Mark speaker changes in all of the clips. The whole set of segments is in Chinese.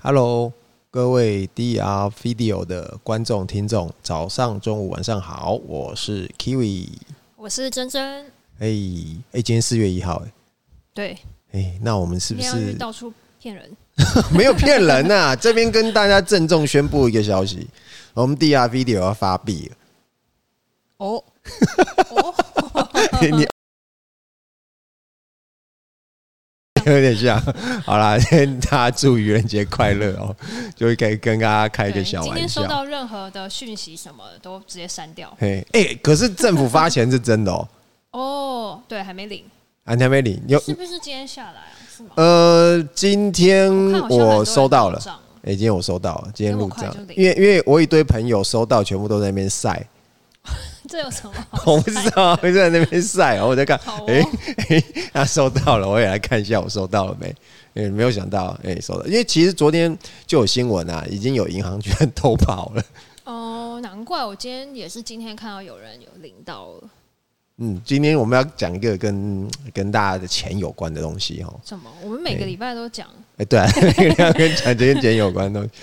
Speaker 1: Hello，各位 DR Video 的观众、听众，早上、中午、晚上好，我是 Kiwi。
Speaker 2: 我是珍珍，
Speaker 1: 哎、哎、今天四月一号、
Speaker 2: 对，
Speaker 1: 哎、哎，那我们是不
Speaker 2: 廖玉
Speaker 1: 是
Speaker 2: 到处骗人，
Speaker 1: 没有骗人呐、这边跟大家郑重宣布一个消息，我们 DR Video 要发币了。
Speaker 2: 哦哦，
Speaker 1: 你 有点像。好啦，先大家祝愚人节快乐哦，就可以跟大家开一个
Speaker 2: 对
Speaker 1: 小
Speaker 2: 今
Speaker 1: 玩
Speaker 2: 天收
Speaker 1: 笑。
Speaker 2: 到任何的讯息什么的都直接删掉。
Speaker 1: 嘿，哎、可是政府发钱是真的 哦，
Speaker 2: 哦，对，还没领，
Speaker 1: 安田美里有
Speaker 2: 是不是今天下来啊？是吗？
Speaker 1: 呃，今天
Speaker 2: 看好像很多
Speaker 1: 我
Speaker 2: 人
Speaker 1: 收到了
Speaker 2: 入，账
Speaker 1: 哎、今天我收到了，今天
Speaker 2: 那么
Speaker 1: 入
Speaker 2: 快
Speaker 1: 账
Speaker 2: 就，领
Speaker 1: 因为因为我一堆朋友收到，全部都在那边晒，
Speaker 2: 这有什么好
Speaker 1: 我不知道就在那边 晒，然后我在看
Speaker 2: 哦好，哦
Speaker 1: 哎哎、他收到了，我也来看一下我收到了没。哎、没有想到，哎、收到，因为其实昨天就有新闻啊，已经有银行居然偷跑了。
Speaker 2: 哦，难怪我今天也是今天看到有人有领到了
Speaker 1: 嗯，今天我们要讲一个跟跟大家的钱有关的东西哈。
Speaker 2: 什么，我们每个
Speaker 1: 哎
Speaker 2: 礼拜都讲
Speaker 1: 哎、对、啊， 那个要跟讲这跟钱有关的东西。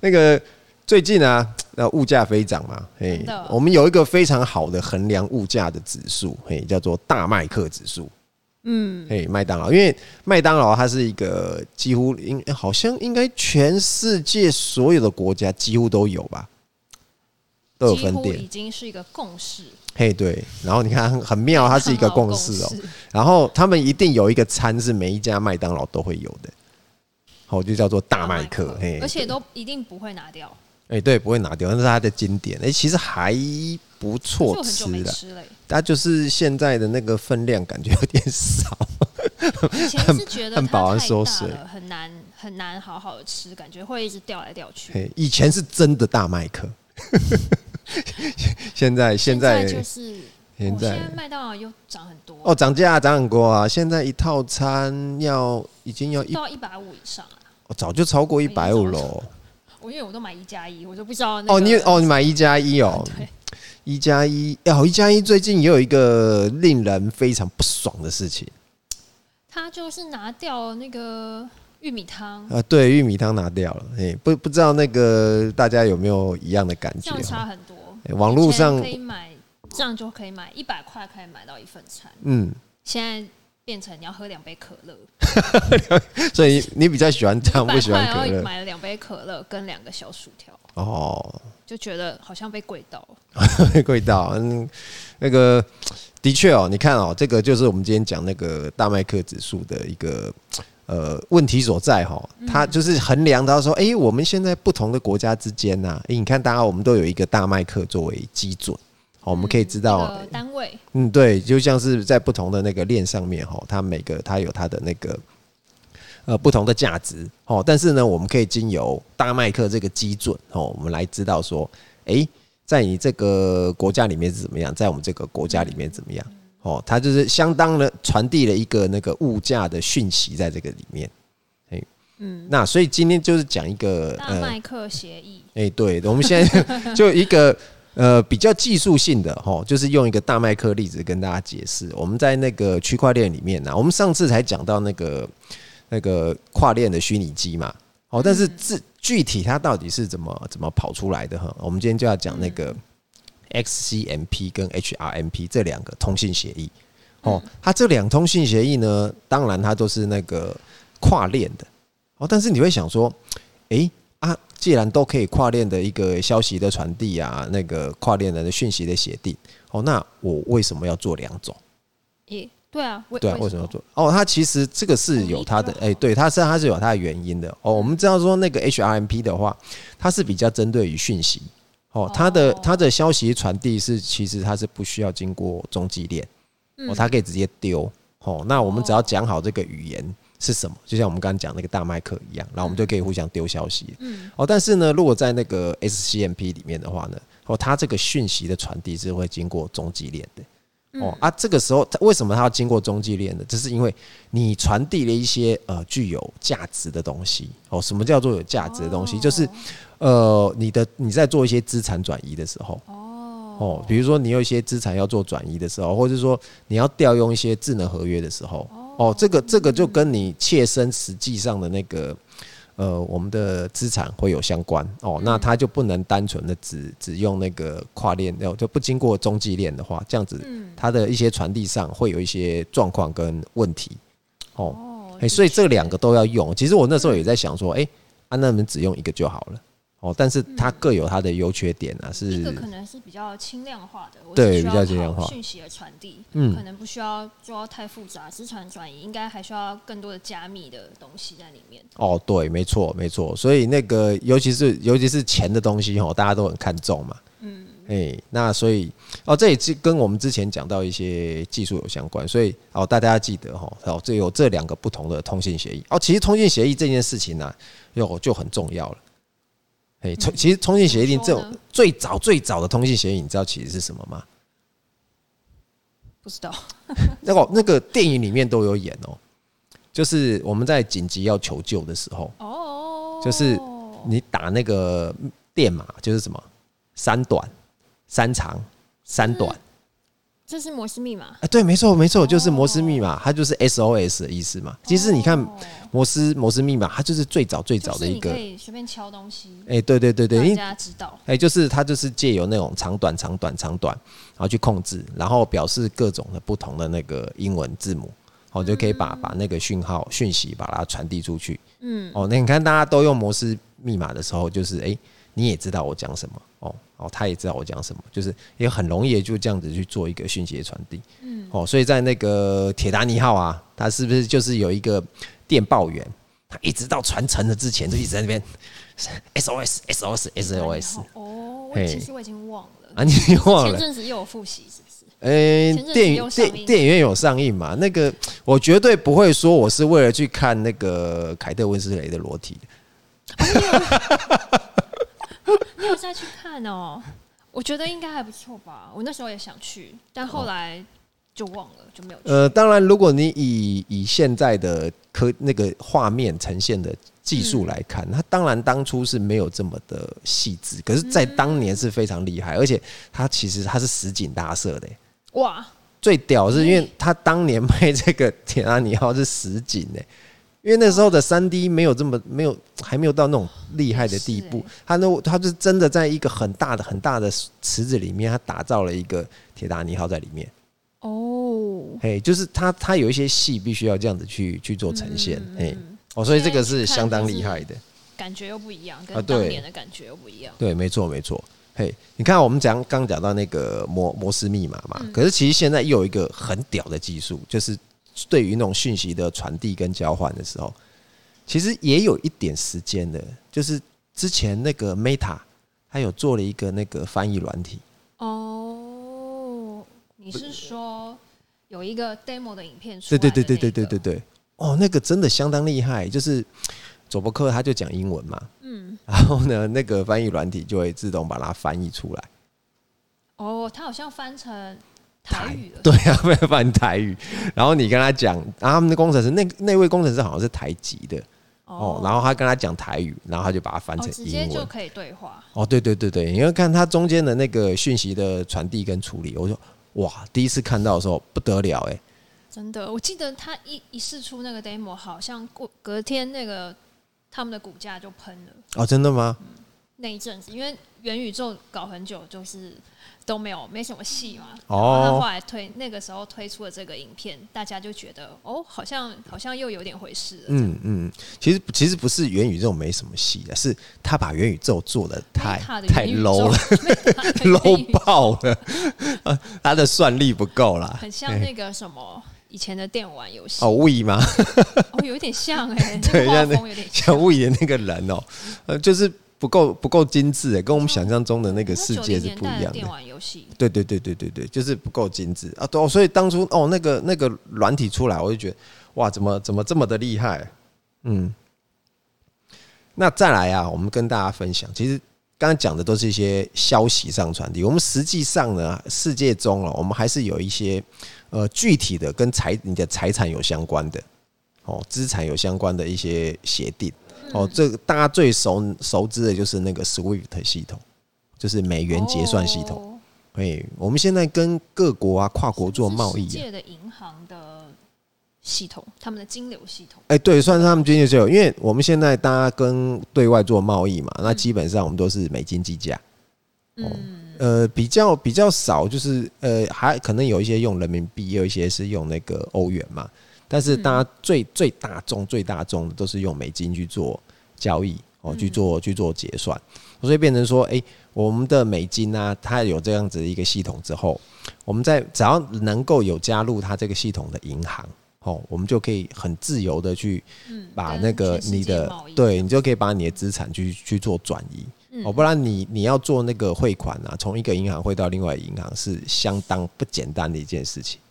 Speaker 1: 那个最近啊，那物价飞涨嘛，哎
Speaker 2: 真的，哦
Speaker 1: 我们有一个非常好的衡量物价的指数，嘿，叫做大麦克指数。嗯，哎，麦当劳，因为麦当劳它是一个几乎应好像应该全世界所有的国家几乎都有吧，都有
Speaker 2: 几
Speaker 1: 分
Speaker 2: 乎
Speaker 1: 店
Speaker 2: 已。经是一个共识，
Speaker 1: 嘿，对，然后你看很妙，它是一个
Speaker 2: 长老
Speaker 1: 共识哦、然后他们一定有一个餐是每一家麦当劳都会有的，好，就叫做大麦克，嘿，
Speaker 2: 而且都一定不会拿掉，
Speaker 1: 哎、对，不会拿掉，那是它的经典，哎、其实还不
Speaker 2: 可是
Speaker 1: 错
Speaker 2: 我很久
Speaker 1: 吃
Speaker 2: 没
Speaker 1: 的，
Speaker 2: 吃了耶。
Speaker 1: 它就是现在的那个分量感觉有点少，
Speaker 2: 以前是觉得它
Speaker 1: 很保安
Speaker 2: 太
Speaker 1: 缩
Speaker 2: 大
Speaker 1: 水
Speaker 2: 了很难很难好好的吃，感觉会一直掉来掉去。
Speaker 1: 嘿，以前是真的大麦克， 现在现在
Speaker 2: 就是，
Speaker 1: 现
Speaker 2: 哦
Speaker 1: 在
Speaker 2: 现在麦当劳又涨很多，
Speaker 1: 哦涨价啊涨很多啊，现在一套餐要已经要一、
Speaker 2: 到一百五以上啊。
Speaker 1: 哦早就超过一百五哦
Speaker 2: 已经超
Speaker 1: 喽，
Speaker 2: 我因为我都买一加一，我就不知道那个
Speaker 1: 哦你哦你买一加一哦，
Speaker 2: 对
Speaker 1: 一加一，哦，一加一最近也有一个令人非常不爽的事情
Speaker 2: 他就是拿掉那个玉米汤，
Speaker 1: 啊，对，玉米汤拿掉了，哎、不不知道那个大家有没有一样的感
Speaker 2: 这
Speaker 1: 觉
Speaker 2: 样
Speaker 1: 哦？
Speaker 2: 差很多。
Speaker 1: 哎网络
Speaker 2: 以
Speaker 1: 上
Speaker 2: 前可，以买，这样就可以买一百块可以买到一份餐，
Speaker 1: 嗯，
Speaker 2: 现在变成你要喝两杯可 乐，
Speaker 1: 所以你比较喜欢汤，不
Speaker 2: 100
Speaker 1: 喜
Speaker 2: 块
Speaker 1: 欢
Speaker 2: 然
Speaker 1: 可
Speaker 2: 后
Speaker 1: 乐
Speaker 2: 买了两杯可乐跟两个小薯条，
Speaker 1: 哦，
Speaker 2: 就觉得好像被贵到。
Speaker 1: 味道，嗯，那个的确哦，你看哦，这个就是我们今天讲那个大麦克指数的一个。呃，问题所在哈，它就是衡量到说，哎、我们现在不同的国家之间呐、哎、你看，大家我们都有一个大麦克作为基准，哦好，我们可以知道、
Speaker 2: 那个单位
Speaker 1: 嗯，对，就像是在不同的那个链上面哈，它每个它有它的那个呃不同的价值哦，但是呢，我们可以经由大麦克这个基准哦，我们来知道说，诶，在你这个国家里面是怎么样，在我们这个国家里面怎么样哦，它就是相当的传递了一个那个物价的讯息在这个里面，诶，嗯，那所以今天就是讲一个
Speaker 2: 大
Speaker 1: 呃。
Speaker 2: 麦克协议，
Speaker 1: 哎、对，我们现在 就一个呃比较技术性的哈，就是用一个大麦克例子跟大家解释。我们在那个区块链里面呢、啊我们上次才讲到那个那个跨链的虚拟机嘛，哦，但是这具体它到底是怎么怎么跑出来的哈？我们今天就要讲那个 XCMP 跟 HRMP 这两个通信协议。哦，它这两通信协议呢，当然它都是那个跨链的哦，但是你会想说，诶啊，既然都可以跨链的一个消息的传递啊，那个跨链人的讯息的协定，哦，那我为什么要做两种？
Speaker 2: 也对啊，为
Speaker 1: 对啊，为什么要？做？哦，它其实这个是有它的，
Speaker 2: 统一就啊
Speaker 1: 哎、
Speaker 2: 好
Speaker 1: 对，它是它是有它的原因的。哦，我们知道说那个 HRMP 的话，它是比较针对于讯息，哦，它的
Speaker 2: 哦
Speaker 1: 它的消息传递是其实它是不需要经过中继链，哦，
Speaker 2: 嗯
Speaker 1: 它可以直接丢。哦，那我们只要讲好这个语言是什么，就像我们刚刚讲那个大麦克一样，然后我们就可以互相丢消息。
Speaker 2: 嗯，
Speaker 1: 哦，但是呢，如果在那个 SCMP 里面的话呢，哦，它这个讯息的传递是会经过中继链的。哦啊，这个时候它为什么它要经过中继链呢？这是因为你传递了一些呃具有价值的东西。哦，什么叫做有价值的东西？就是呃，你的你在做一些资产转移的时候，
Speaker 2: 哦
Speaker 1: 哦，比如说你有一些资产要做转移的时候，或者说你要调用一些哦智能合约的时候，哦，这个这个就跟你切身实际上的那个呃我们的资产会有相关
Speaker 2: 嗯
Speaker 1: 哦，那它就不能单纯的只只用那个跨链，哦就不经过中继链的话，这样子
Speaker 2: 嗯，
Speaker 1: 它的一些传递上会有一些状况跟问题哦。
Speaker 2: 哦
Speaker 1: 哎、所以这两个
Speaker 2: 的
Speaker 1: 都要用。其实我那时候也在想说，哎、啊，那我们只用一个就好了。哦，但是它各有它的优缺点啊，
Speaker 2: 确嗯一
Speaker 1: 是
Speaker 2: 个可能是比较轻量化的，我
Speaker 1: 对
Speaker 2: 只需要
Speaker 1: 比较轻量化
Speaker 2: 靠讯息的传递，
Speaker 1: 嗯
Speaker 2: 可能不需要做到太复杂，资产转移应该还需要更多的加密的东西在里面。
Speaker 1: 哦，对，没错，没错。所以那个，尤其是尤其是钱的东西哦，大家都很看重嘛。
Speaker 2: 嗯，
Speaker 1: 哎、那所以哦，这也是跟我们之前讲到一些技术有相关，所以哦，大家要记得哦，哦，这有这两个不同的通信协议哦。其实通信协议这件事情呢、有就很重要了。哎、通其实通信协议这
Speaker 2: 嗯怎
Speaker 1: 种
Speaker 2: 么说呢
Speaker 1: 最早最早的通信协议，你知道其实是什么吗？
Speaker 2: 不知道，
Speaker 1: 那个那个电影里面都有演哦，就是我们在紧急要求救的时候，
Speaker 2: 哦，
Speaker 1: 就是你打那个电码就是什么三短、三长、三短
Speaker 2: 嗯这是摩斯密码，
Speaker 1: 啊，对，没错没错，就是摩斯密码，它就是 SOS 的意思嘛。其实你看
Speaker 2: 哦
Speaker 1: 摩斯摩斯密码，它就是最早最早的一个
Speaker 2: 就是你可，以随便敲东西，
Speaker 1: 哎，对对对对，
Speaker 2: 让
Speaker 1: 因
Speaker 2: 人
Speaker 1: 为
Speaker 2: 家知道。
Speaker 1: 哎，就是它就是借由那种长短长短长短，然后去控制，然后表示各种的不同的那个英文字母，哦，就可以把把那个讯号讯息把它传递出去。
Speaker 2: 嗯，
Speaker 1: 哦，那你看大家都用摩斯密码的时候，就是诶，你也知道我讲什么哦，哦，他也知道我讲什么，就是也很容易就这样子去做一个讯息的传递。嗯，哦，所以在那个铁达尼号啊，它是不是就是有一个电报员，他一直到船沉了之前就一直在那边 SOS SOS
Speaker 2: 然后
Speaker 1: SOS
Speaker 2: 哦，我
Speaker 1: 嘿
Speaker 2: 其实我已经忘了，
Speaker 1: 啊，你忘
Speaker 2: 前
Speaker 1: 了？
Speaker 2: 阵子又有复习，是不是？
Speaker 1: 诶，
Speaker 2: 前阵子
Speaker 1: 哎电影
Speaker 2: 有上映
Speaker 1: 电电影院有上映嘛？那个我绝对不会说我是为了去看那个凯特温斯雷的裸体。
Speaker 2: 你有再去看哦？我觉得应该还不错吧。我那时候也想去，但后来就忘了，就没有去。
Speaker 1: 哦呃，当然，如果你以以现在的科那个画面呈现的技术来看，它当然当初是没有这么的细致，可是，在当年是非常厉害，而且它其实它是实景搭设的耶。欸
Speaker 2: 哇，
Speaker 1: 最屌是因为它当年卖这个铁达尼号是实景呢，因为那时候的三 D 没有这么没有还没有到那种厉害的地步
Speaker 2: 是耶，
Speaker 1: 它那它是真的在一个很大的很大的池子里面，它打造了一个铁达尼号在里面。
Speaker 2: 哦，
Speaker 1: 哎，就是它它有一些戏必须要这样子去去做呈现，哎、哦，所以这个是相当厉害的，
Speaker 2: 感觉又不一样，
Speaker 1: 啊
Speaker 2: 跟
Speaker 1: 对
Speaker 2: 当年的感觉又不一样。
Speaker 1: 对，没错没错，嘿，你看我们讲刚讲到那个摩摩斯密码嘛，
Speaker 2: 嗯
Speaker 1: 可是其实现在又有一个很屌的技术，就是对于那种讯息的传递跟交换的时候，其实也有一点时间的，就是之前那个 Meta 它有做了一个那个翻译软体，
Speaker 2: 哦，你是说有一个 demo 的影片出
Speaker 1: 对
Speaker 2: 来的
Speaker 1: 对
Speaker 2: 那个？
Speaker 1: 对对对对对对，哦，那个真的相当厉害，就是佐伯克他就讲英文嘛，
Speaker 2: 嗯，
Speaker 1: 然后呢，那个翻译软体就会自动把它翻译出来。
Speaker 2: 哦，它好像翻成台语了。
Speaker 1: 对啊， 会翻台语。然后你跟他讲，然后他们的工程师，那那位工程师好像是台籍的哦，然后他跟他讲台语，然后他就把它翻
Speaker 2: 哦，
Speaker 1: 成
Speaker 2: 直接
Speaker 1: 英
Speaker 2: 就
Speaker 1: 文。
Speaker 2: 可以对话。
Speaker 1: 哦，对对对对，你要看它中间的那个讯息的传递跟处理，我说哇，第一次看到的时候不得了哎、
Speaker 2: 真的，我记得他一一试出那个 demo，好像过隔天那个他们的股价就喷了
Speaker 1: 哦，真的吗？
Speaker 2: 嗯那一阵子，因为元宇宙搞很久，就是都没有没什么戏嘛。然后他后
Speaker 1: 哦，
Speaker 2: 来推那个时候推出了这个影片，大家就觉得哦，好像好像又有点回事了。
Speaker 1: 嗯嗯，其实其实不是元宇宙没什么戏的，是他把元宇宙做的太
Speaker 2: Meta 的
Speaker 1: 太
Speaker 2: 元宇宙
Speaker 1: low 了
Speaker 2: Meta 的元宇宙
Speaker 1: ，low 爆了， 他的算力不够啦，
Speaker 2: 很像那个什么以前的电玩游戏
Speaker 1: 哦，We 吗？
Speaker 2: 哦，有一点像哎、那
Speaker 1: 对
Speaker 2: 个画
Speaker 1: 像那
Speaker 2: 风有点像。
Speaker 1: 像魏的那个人哦、呃，就是不够不够精致欸，跟我们想象中的那个世界是
Speaker 2: 90年
Speaker 1: 不
Speaker 2: 代
Speaker 1: 一
Speaker 2: 的
Speaker 1: 样
Speaker 2: 电
Speaker 1: 的。
Speaker 2: 玩游戏，
Speaker 1: 对对对对对对，就是不够精致啊！对哦，所以当初哦，那个那个软体出来，我就觉得哇，怎么怎么这么的厉害？嗯，那再来啊，我们跟大家分享，其实刚刚讲的都是一些消息上传递，我们实际上呢，世界中啊，我们还是有一些呃具体的跟财你的财产有相关的哦，资产有相关的一些协定哦，这个大家最熟熟知的就是那个 SWIFT 系统，就是美元结算系统。
Speaker 2: 哦
Speaker 1: 哎，我们现在跟各国啊跨国做贸易
Speaker 2: 世
Speaker 1: 啊、
Speaker 2: 界的银行的系统，他们的金流系统。
Speaker 1: 哎、对，算是他们经济自由，因为我们现在大家跟对外做贸易嘛，那基本上我们都是美金计价，
Speaker 2: 嗯，
Speaker 1: 呃，比较比较少，就是呃，还可能有一些用人民币，也有一些是用那个欧元嘛，但是大家最、最大众最大众的都是用美金去做交易
Speaker 2: 嗯
Speaker 1: 哦，去做去做结算，所以变成说，哎、我们的美金呢、它有这样子一个系统之后，我们在只要能够有加入它这个系统的银行。哦，我们就可以很自由的去
Speaker 2: 嗯
Speaker 1: 把
Speaker 2: 跟
Speaker 1: 那个
Speaker 2: 全世
Speaker 1: 你
Speaker 2: 界
Speaker 1: 的
Speaker 2: 贸易，
Speaker 1: 对你就可以把你的资产去去做转移，
Speaker 2: 嗯
Speaker 1: 哦，不然你你要做那个汇款啊，从一个银行汇到另外银行是相当不简单的一件事情。哎、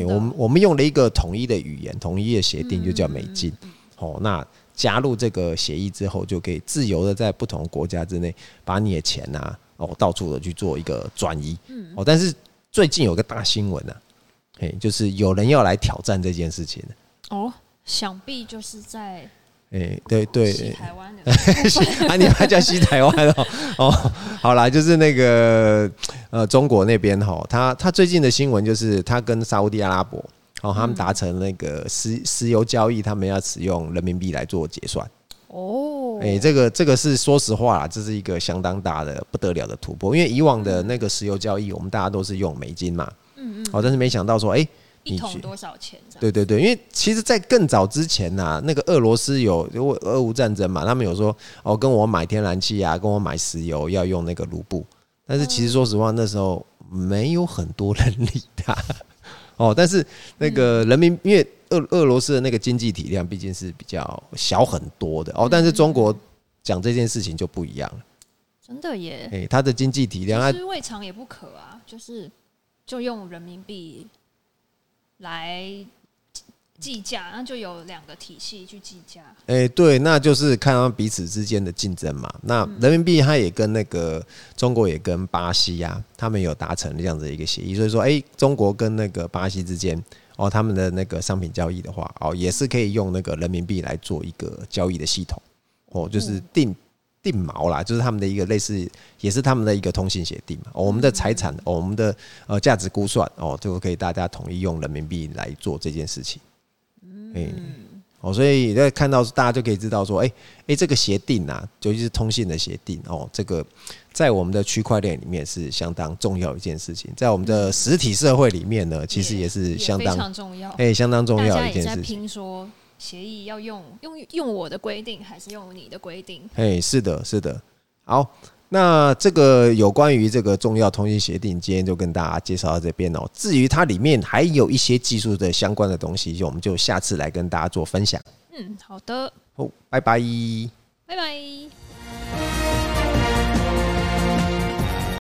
Speaker 2: 真的哦嗯
Speaker 1: 我们我们用了一个统一的语言，统一的协定就叫美金。哦，那加入这个协议之后，就可以自由的在不同国家之内把你的钱啊，哦，到处的去做一个转移。
Speaker 2: 嗯
Speaker 1: 哦，但是最近有个大新闻啊，哎、就是有人要来挑战这件事情。
Speaker 2: 哦，想必就是在
Speaker 1: 哎、对对，
Speaker 2: 西台湾 的，
Speaker 1: 啊，你还叫西台湾哦？哦，好啦，就是那个呃，中国那边哈，他他最近的新闻就是他跟沙烏地阿拉伯，哦，
Speaker 2: 嗯
Speaker 1: 他们达成那个石石油交易，他们要使用人民币来做结算。
Speaker 2: 哦，
Speaker 1: 哎、这个这个是说实话啦，这是一个相当大的不得了的突破，因为以往的那个石油交易，我们大家都是用美金嘛，
Speaker 2: 嗯嗯，
Speaker 1: 哦，但是没想到说，哎、
Speaker 2: 一
Speaker 1: 你
Speaker 2: 桶
Speaker 1: 去
Speaker 2: 多少钱这样？
Speaker 1: 对对对，因为其实，在更早之前呐、那个俄罗斯有因为俄乌战争嘛，他们有说哦，跟我买天然气啊，跟我买石油要用那个卢布，但是其实说实话，那时候没有很多人理他 哦。但是那个人民，因为俄俄罗斯的那个经济体量毕竟是比较小很多的哦，但是中国讲这件事情就不一样了，
Speaker 2: 真的耶，
Speaker 1: 诶、它的经济体量它
Speaker 2: 其实未尝也不可啊，就是就用人民币来计计价，那就有两个体系去计价。
Speaker 1: 哎、对，那就是看到彼此之间的竞争嘛。那人民币它也跟那个中国也跟巴西呀、他们有达成这样子一个协议，所以说，哎、中国跟那个巴西之间，哦，他们的那个商品交易的话，哦，也是可以用那个人民币来做一个交易的系统，哦，
Speaker 2: 嗯
Speaker 1: 就是定。定锚啦，就是他们的一个类似，也是他们的一个通信协定嘛。哦、我们的财产，
Speaker 2: 嗯
Speaker 1: 哦、我们的呃价值估算，哦，就可以大家统一用人民币来做这件事情。嗯，哦，所以在看到大家就可以知道说，哎、哎、这个协定啊，尤其是通信的协定哦，这个在我们的区块链里面是相当重要一件事情，在我们的实体社会里面呢，其实也是
Speaker 2: 嗯也
Speaker 1: 相
Speaker 2: 非
Speaker 1: 当
Speaker 2: 常重要。
Speaker 1: 哎、相当重
Speaker 2: 哦大
Speaker 1: 要
Speaker 2: 家
Speaker 1: 的一
Speaker 2: 也
Speaker 1: 件
Speaker 2: 在
Speaker 1: 事情。
Speaker 2: 拼说协议要用用用我的规定，还是用你的规定？
Speaker 1: 哎、是的，是的。好，那这个有关于这个重要通信协定，今天就跟大家介绍到这边哦。至于它里面还有一些技术的相关的东西，就我们就下次来跟大家做分享
Speaker 2: 嗯，好的，
Speaker 1: 哦，拜拜。
Speaker 2: 拜拜。